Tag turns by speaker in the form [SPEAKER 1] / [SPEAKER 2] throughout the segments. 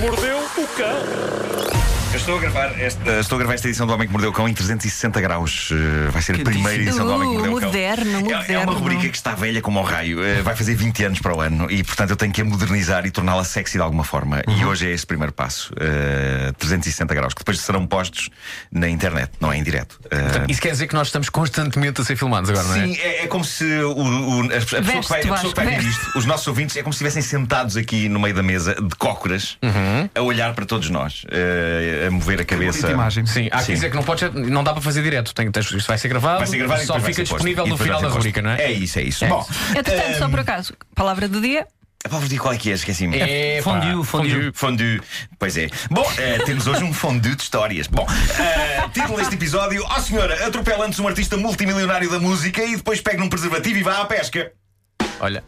[SPEAKER 1] mordeu o cão.
[SPEAKER 2] Eu estou a gravar esta, estou a gravar esta edição do Homem que Mordeu o Cão em 360 graus. Eh, vai ser a primeira edição do Homem que
[SPEAKER 3] Uh,
[SPEAKER 2] Mordeu
[SPEAKER 3] moderno,
[SPEAKER 2] o Cão. É- É,
[SPEAKER 3] moderno.
[SPEAKER 2] uma rubrica que está velha como ao raio. Eh, vai fazer 20 anos para o ano e, portanto, eu tenho que a modernizar e torná-la sexy de alguma forma. E hoje é esse primeiro passo. Eh, 360 graus, que depois serão postos na internet, não é em direto. Eh,
[SPEAKER 4] Isso quer dizer que nós estamos constantemente a ser filmados agora, não é?
[SPEAKER 2] Sim, é, é como se o- o- a, pessoa que vai, a pessoa
[SPEAKER 3] Veste,
[SPEAKER 2] que vai ver
[SPEAKER 3] Vasco,
[SPEAKER 2] isto, os nossos ouvintes, é como se estivessem sentados aqui no meio da mesa, de cócoras, a olhar para todos nós, eh, a mover a cabeça.
[SPEAKER 5] imagem.
[SPEAKER 4] Sim, há que
[SPEAKER 2] Sim.
[SPEAKER 4] dizer que não, pode ser- não dá para fazer direto. Tem, tens- isto vai ser gravado,
[SPEAKER 2] Vai ser gravado e
[SPEAKER 4] só
[SPEAKER 2] depois vai
[SPEAKER 4] fica
[SPEAKER 2] ser posto.
[SPEAKER 4] disponível
[SPEAKER 2] E
[SPEAKER 4] no
[SPEAKER 2] depois
[SPEAKER 4] final
[SPEAKER 2] vai
[SPEAKER 4] da
[SPEAKER 2] ser
[SPEAKER 4] rubrica, não
[SPEAKER 2] posto.
[SPEAKER 4] é?
[SPEAKER 2] É isso, é isso.
[SPEAKER 4] É
[SPEAKER 2] Bom,
[SPEAKER 4] isso.
[SPEAKER 3] Entretanto, só por acaso, palavra do dia.
[SPEAKER 2] a palavra de qual é que é? Esqueci-me.
[SPEAKER 4] É, pá,
[SPEAKER 5] Fondue, fondue.
[SPEAKER 2] Fondue. Pois é. Bom, eh, temos hoje um fondue de histórias. Bom, eh, título deste episódio: Ó senhora, atropela antes um artista multimilionário da música e depois pega num preservativo e vá à pesca.
[SPEAKER 4] Olha,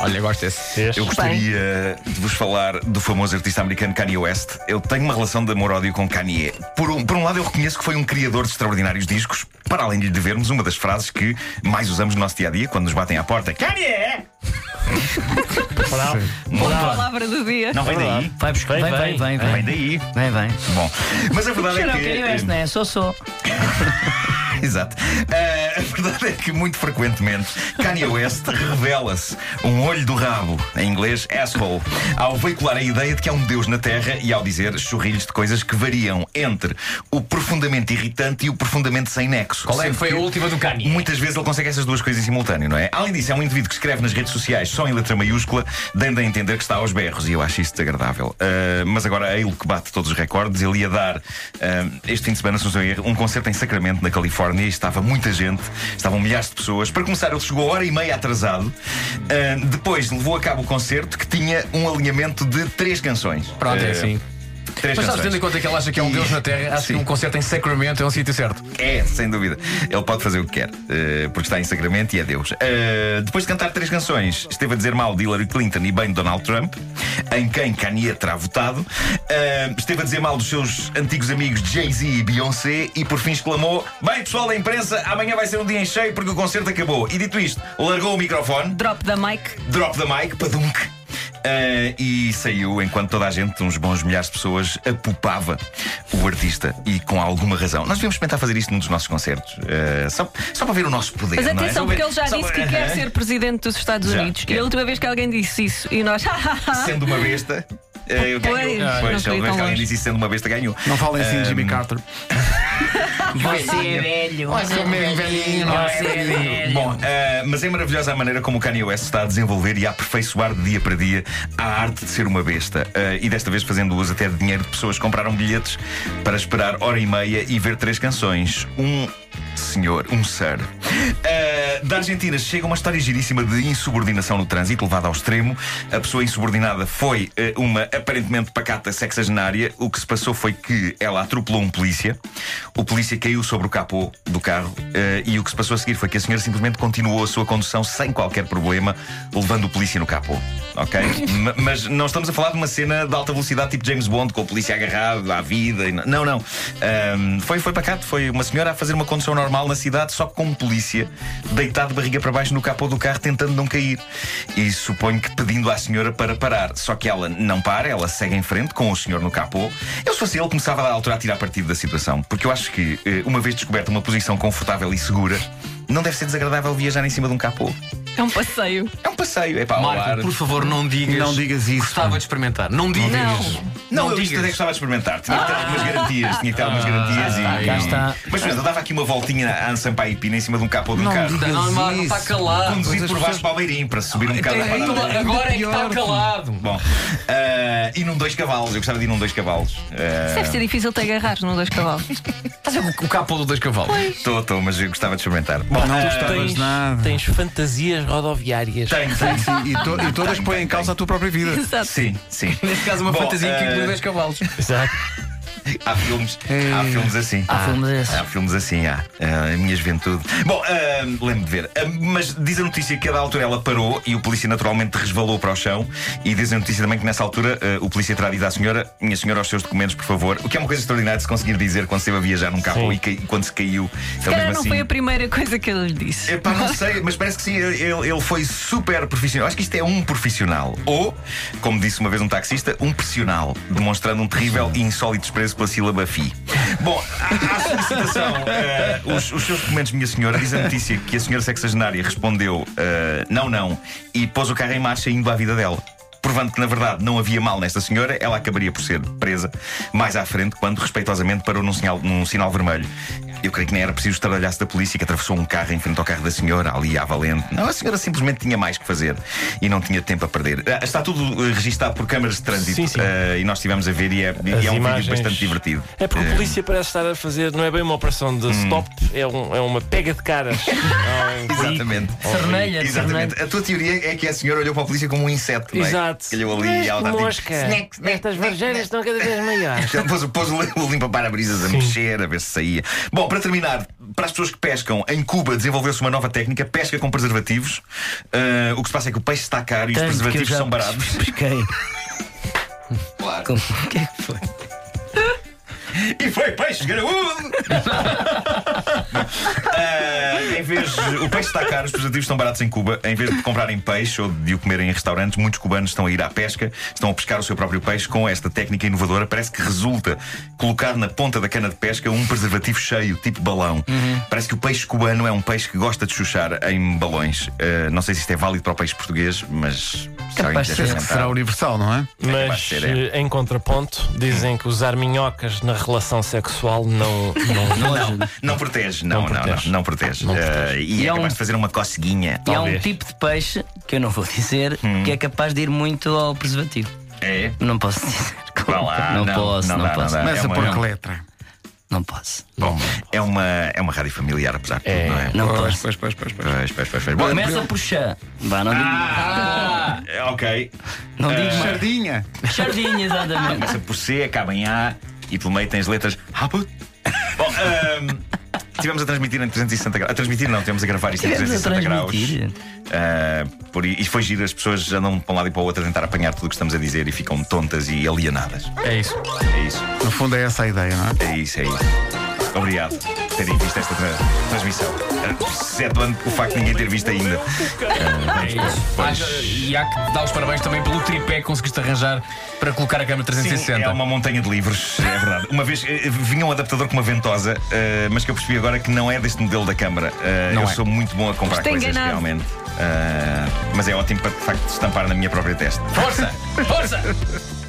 [SPEAKER 4] olha, eu gosto desse.
[SPEAKER 2] Eu gostaria de vos falar do famoso artista americano Kanye West. Eu tenho uma relação de amor-ódio com Kanye. Por um, por um lado, eu reconheço que foi um criador de extraordinários discos, para além de lhe devermos uma das frases que mais usamos no nosso dia a dia quando nos batem à porta: Kanye!
[SPEAKER 3] Ou palavra do dia.
[SPEAKER 2] Não vem daí.
[SPEAKER 5] Vai buscar. Vem, vem, vem.
[SPEAKER 2] Não
[SPEAKER 5] Vem,
[SPEAKER 2] vem daí.
[SPEAKER 5] vem. vem.
[SPEAKER 2] Bom, mas a verdade é que.
[SPEAKER 5] não é? Sou, sou.
[SPEAKER 2] Exato. Ah, a verdade é que muito frequentemente Kanye West revela-se um olho do rabo, em inglês asshole, ao veicular a ideia de que há um Deus na Terra e ao dizer chorrilhos de coisas que variam entre o profundamente irritante e o profundamente sem nexo.
[SPEAKER 4] Qual é que
[SPEAKER 2] Sendo
[SPEAKER 4] foi a última do Kanye?
[SPEAKER 2] Muitas vezes ele consegue essas duas coisas em simultâneo, não é? Além disso, é um indivíduo que escreve nas redes sociais só em letra maiúscula, dando a entender que está aos berros, e eu acho isso desagradável. Ah, mas agora é ele que bate todos os recordes. Ele ia dar, ah, este fim de semana, se não estou em erro, um concerto em Sacramento, na Califórnia, e estava muita gente, estavam milhares de pessoas. Para começar, ele chegou a hora e meia atrasado. Ah, depois levou a cabo o concerto que tinha um alinhamento de três canções.
[SPEAKER 4] Pronto, é
[SPEAKER 2] Ah,
[SPEAKER 4] assim.
[SPEAKER 2] Três
[SPEAKER 4] Mas estás
[SPEAKER 2] canções.
[SPEAKER 4] tendo em conta que ele acha que é um
[SPEAKER 2] E-
[SPEAKER 4] Deus na Terra, acho que
[SPEAKER 2] Sim.
[SPEAKER 4] um concerto em Sacramento é um sítio certo.
[SPEAKER 2] É, sem dúvida. Ele pode fazer o que quer, eh, porque está em Sacramento e é Deus. Eh, depois de cantar três canções, esteve a dizer mal de Hillary Clinton e bem de Donald Trump, em quem Kanye terá votado. Eh, esteve a dizer mal dos seus antigos amigos Jay-Z e Beyoncé e por fim exclamou: Bem, pessoal da imprensa, amanhã vai ser um dia em cheio porque o concerto acabou. E dito isto, largou o microfone
[SPEAKER 3] Drop da Mike.
[SPEAKER 2] drop the mic, padunk. Ah, e saiu enquanto toda a gente, uns bons milhares de pessoas, apupava o artista e com alguma razão. Nós devíamos tentar fazer isto num dos nossos concertos, ah, só, só para ver o nosso poder.
[SPEAKER 3] Mas
[SPEAKER 2] não é?
[SPEAKER 3] atenção,
[SPEAKER 2] Só
[SPEAKER 3] porque
[SPEAKER 2] para-
[SPEAKER 3] ele já
[SPEAKER 2] só
[SPEAKER 3] disse
[SPEAKER 2] para-
[SPEAKER 3] que quer
[SPEAKER 2] Aham.
[SPEAKER 3] ser presidente dos Estados
[SPEAKER 2] Já,
[SPEAKER 3] Unidos. E
[SPEAKER 2] quer.
[SPEAKER 3] a última vez que alguém disse isso, e nós.
[SPEAKER 2] Sendo uma besta. ah, ganhou.
[SPEAKER 3] Pois, não
[SPEAKER 2] pois,
[SPEAKER 3] fui
[SPEAKER 2] ele
[SPEAKER 3] tão
[SPEAKER 2] que alguém
[SPEAKER 3] longe.
[SPEAKER 2] disse isso, sendo uma besta, ganhou. Ah,
[SPEAKER 5] Não falem assim de Jimmy Carter.
[SPEAKER 2] Você é velho. Você é velhinho. Você é velho. Bom, ah, mas é maravilhosa a maneira como o Kanye West está a desenvolver e a aperfeiçoar de dia para dia a arte de ser uma besta. Ah, e desta vez fazendo uso até de dinheiro de pessoas que compraram bilhetes para esperar hora e meia e ver três canções. Um senhor, um sir. Ah, da Argentina chega uma história giríssima de insubordinação no trânsito, levada ao extremo. A pessoa insubordinada foi eh, uma aparentemente pacata sexagenária. O que se passou foi que ela atropelou um polícia, o polícia caiu sobre o capô do carro eh, e o que se passou a seguir foi que a senhora simplesmente continuou a sua condução sem qualquer problema, levando o polícia no capô. Ok? Ma- Mas não estamos a falar de uma cena de alta velocidade tipo James Bond, com o polícia agarrado à vida. e n- Não, não. Ahm, foi, foi pacato, foi uma senhora a fazer uma condução normal na cidade, só com um polícia deitado de barriga para baixo no capô do carro, tentando não cair. E suponho que pedindo à senhora para parar. Só que ela não para, ela segue em frente com o senhor no capô. Eu, se fosse ele, começava a altura a tirar partido da situação, porque eu acho que, eh, uma vez descoberta uma posição confortável e segura, não deve ser desagradável viajar em cima de um capô.
[SPEAKER 3] É um passeio.
[SPEAKER 2] É um passeio, é para o ar.
[SPEAKER 4] Marco, por favor, não digas.
[SPEAKER 5] Não digas isso.
[SPEAKER 4] Gostava de experimentar. Não digas.
[SPEAKER 2] Não,
[SPEAKER 4] Não
[SPEAKER 2] eu isto
[SPEAKER 4] digas. Ah,
[SPEAKER 2] até gostava de experimentar. Tinha que ter algumas garantias. Tinha que ter algumas garantias e.
[SPEAKER 5] cá está.
[SPEAKER 2] Mas, por exemplo, eu dava aqui uma voltinha à Ansan Pina em cima de um capô de um
[SPEAKER 5] Não
[SPEAKER 2] carro.
[SPEAKER 5] digas
[SPEAKER 4] Não, Marco,
[SPEAKER 5] isso.
[SPEAKER 4] está calado.
[SPEAKER 2] Conduzido por Vasco Palmeirim para subir
[SPEAKER 4] Ah,
[SPEAKER 2] um bocado a parada.
[SPEAKER 4] Agora é que está
[SPEAKER 5] Pior.
[SPEAKER 4] calado.
[SPEAKER 2] Bom, ah, e num dois cavalos. Eu gostava de ir num dois cavalos. Ah,
[SPEAKER 3] Isso
[SPEAKER 2] É.
[SPEAKER 3] deve ser difícil te agarrar num dois cavalos.
[SPEAKER 4] Estás a ver o capô do dois cavalos.
[SPEAKER 2] Estou, estou, mas eu gostava de experimentar. Bom,
[SPEAKER 5] Não gostavas
[SPEAKER 6] Tens,
[SPEAKER 5] nada.
[SPEAKER 6] tens fantasias rodoviárias.
[SPEAKER 2] tenho, tenho.
[SPEAKER 5] Sim, e, to- e todas põem em causa a tua própria vida.
[SPEAKER 3] Exato.
[SPEAKER 2] Sim, sim.
[SPEAKER 4] Neste caso, uma
[SPEAKER 2] Bom,
[SPEAKER 4] fantasia que
[SPEAKER 2] eh,
[SPEAKER 4] inclui dois cavalos.
[SPEAKER 6] Exato.
[SPEAKER 2] Há filmes,
[SPEAKER 5] É.
[SPEAKER 2] há filmes assim.
[SPEAKER 5] Há filmes assim.
[SPEAKER 2] Há filmes assim, há. Ah, a minha juventude. Bom, ah, lembro de ver. Ah, mas diz a notícia que a da altura ela parou e o polícia naturalmente resvalou para o chão. E diz a notícia também que nessa altura ah, o polícia terá dito à senhora: Minha senhora, os seus documentos, por favor. O que é uma coisa extraordinária de se conseguir dizer quando esteve a viajar num carro e, cai- e quando se caiu.
[SPEAKER 3] Se
[SPEAKER 2] ele
[SPEAKER 3] calhar
[SPEAKER 2] mesmo
[SPEAKER 3] não
[SPEAKER 2] assim-
[SPEAKER 3] foi a primeira coisa que ele lhe disse.
[SPEAKER 2] Epá, não sei, mas parece que sim, ele, ele foi super profissional. Acho que isto é um profissional. Ou, como disse uma vez um taxista, um pressional, demonstrando um terrível e insólito desprezo pela sílaba FI. Bom, à à solicitação, eh, os, os seus documentos, minha senhora, diz a notícia que a senhora sexagenária respondeu eh, não, não, e pôs o carro em marcha indo à vida dela. Provando que, na verdade, não havia mal nesta senhora, ela acabaria por ser presa mais à frente quando, respeitosamente, parou num sinal, num sinal vermelho. Eu creio que nem era preciso o estardalhaço da polícia que atravessou um carro em frente ao carro da senhora, ali à valente. Não, a senhora simplesmente tinha mais que fazer e não tinha tempo a perder. Ah, Está tudo eh, registado por câmaras de trânsito
[SPEAKER 6] Sim, sim.
[SPEAKER 2] eh, e nós estivemos a ver e é, e
[SPEAKER 6] As
[SPEAKER 2] é um
[SPEAKER 6] imagens.
[SPEAKER 2] vídeo bastante divertido.
[SPEAKER 6] É porque
[SPEAKER 2] Eh,
[SPEAKER 6] a polícia parece estar a fazer, não é bem uma operação
[SPEAKER 2] Hum.
[SPEAKER 6] de stop, é, um- é uma pega de caras. É um veículo.
[SPEAKER 2] Exatamente.
[SPEAKER 6] é?
[SPEAKER 5] Cernelha,
[SPEAKER 2] Exatamente. A tua teoria é que a senhora olhou para a polícia como um inseto, não é?
[SPEAKER 6] Exato.
[SPEAKER 2] Calhou ali
[SPEAKER 6] Mas
[SPEAKER 2] e ela
[SPEAKER 6] que
[SPEAKER 2] está tipo,
[SPEAKER 6] mosca.
[SPEAKER 2] snack, snack,
[SPEAKER 6] Estas
[SPEAKER 2] snack,
[SPEAKER 6] varjeiras estão cada vez maiores.
[SPEAKER 2] Então Pôs, pôs o limpa para-brisas a mexer, a ver se saía. Bom, para terminar, para as pessoas que pescam, em Cuba desenvolveu-se uma nova técnica, pesca com preservativos. Ah, o que se passa é que o peixe está caro e os preservativos são baratos.
[SPEAKER 5] Pesquei.
[SPEAKER 2] Claro. Como que é que foi? E foi peixe graúdo! Ah, em vez, o peixe está caro, os preservativos estão baratos em Cuba. Em vez de comprarem peixe ou de o comerem em restaurantes, muitos cubanos estão a ir à pesca, estão a pescar o seu próprio peixe com esta técnica inovadora. Parece que resulta colocar na ponta da cana de pesca um preservativo cheio, tipo balão. Parece que o peixe cubano é um peixe que gosta de chuchar em balões. Ah, não sei se isto é válido para o peixe português, mas. se alguém
[SPEAKER 3] Capaz de
[SPEAKER 2] quiser
[SPEAKER 3] ser.
[SPEAKER 2] experimentar-
[SPEAKER 5] Será universal, não é?
[SPEAKER 2] capaz
[SPEAKER 6] Mas
[SPEAKER 2] de ser, é.
[SPEAKER 6] eh, em contraponto, dizem que usar minhocas na relação sexual não, não, não ajuda.
[SPEAKER 2] Não protege, não, não,
[SPEAKER 6] Não protege.
[SPEAKER 2] não, não protege.
[SPEAKER 6] Não
[SPEAKER 2] Eh, e,
[SPEAKER 1] E
[SPEAKER 2] é
[SPEAKER 1] é um-
[SPEAKER 2] capaz de fazer uma coceguinha.
[SPEAKER 1] E há um
[SPEAKER 6] Talvez.
[SPEAKER 1] tipo de peixe, que eu não vou dizer, que é capaz de ir muito ao preservativo.
[SPEAKER 2] É?
[SPEAKER 1] Não posso dizer.
[SPEAKER 2] Vá lá,
[SPEAKER 1] não,
[SPEAKER 2] não,
[SPEAKER 1] posso,
[SPEAKER 2] não
[SPEAKER 1] não,
[SPEAKER 2] dá,
[SPEAKER 1] posso.
[SPEAKER 2] não dá.
[SPEAKER 5] Começa
[SPEAKER 2] é uma-
[SPEAKER 5] por que letra?
[SPEAKER 1] Não posso.
[SPEAKER 2] Bom, é uma, é uma rádio familiar, apesar de tudo, não é?
[SPEAKER 1] Não
[SPEAKER 5] Pois,
[SPEAKER 1] posso.
[SPEAKER 5] pois, pois, pois. pois.
[SPEAKER 2] Pois, pois, pois, pois. Bom,
[SPEAKER 1] Começa por chá. Vá, não digo.
[SPEAKER 2] é, ok.
[SPEAKER 1] Não digo mais.
[SPEAKER 5] Sardinha.
[SPEAKER 1] Chardinha, exatamente.
[SPEAKER 2] Começa por C, acaba em A e pelo meio tens letras. Ah, puto. Bom, ehm, Estivemos a transmitir em 360 graus. A transmitir não, estivemos a gravar isto em
[SPEAKER 1] Estivemos a
[SPEAKER 2] 360 graus.
[SPEAKER 1] transmitir.
[SPEAKER 2] Ah, por, i- e foi giro, as pessoas andam para um lado e para o outro a tentar apanhar tudo o que estamos a dizer e ficam tontas e alienadas.
[SPEAKER 4] É isso.
[SPEAKER 2] É isso.
[SPEAKER 5] No fundo é essa a ideia, não é?
[SPEAKER 2] É isso, é isso. Obrigado por terem visto esta tra- transmissão. Eh, Exceto o facto de ninguém ter visto ainda.
[SPEAKER 4] Ah, E há que dar os parabéns também pelo tripé que conseguiste arranjar para colocar a câmera
[SPEAKER 2] Sim,
[SPEAKER 4] 360.
[SPEAKER 2] é uma montanha de livros, é verdade. Uma vez eh, vinha um adaptador com uma ventosa, eh, mas que eu percebi agora que não é deste modelo da câmara. Eh,
[SPEAKER 4] Não
[SPEAKER 2] eu
[SPEAKER 4] é.
[SPEAKER 2] sou muito bom a comprar
[SPEAKER 3] Estou
[SPEAKER 2] coisas
[SPEAKER 3] enganado.
[SPEAKER 2] realmente. Eh, mas é ótimo para de facto estampar na minha própria testa.
[SPEAKER 4] Força! Força!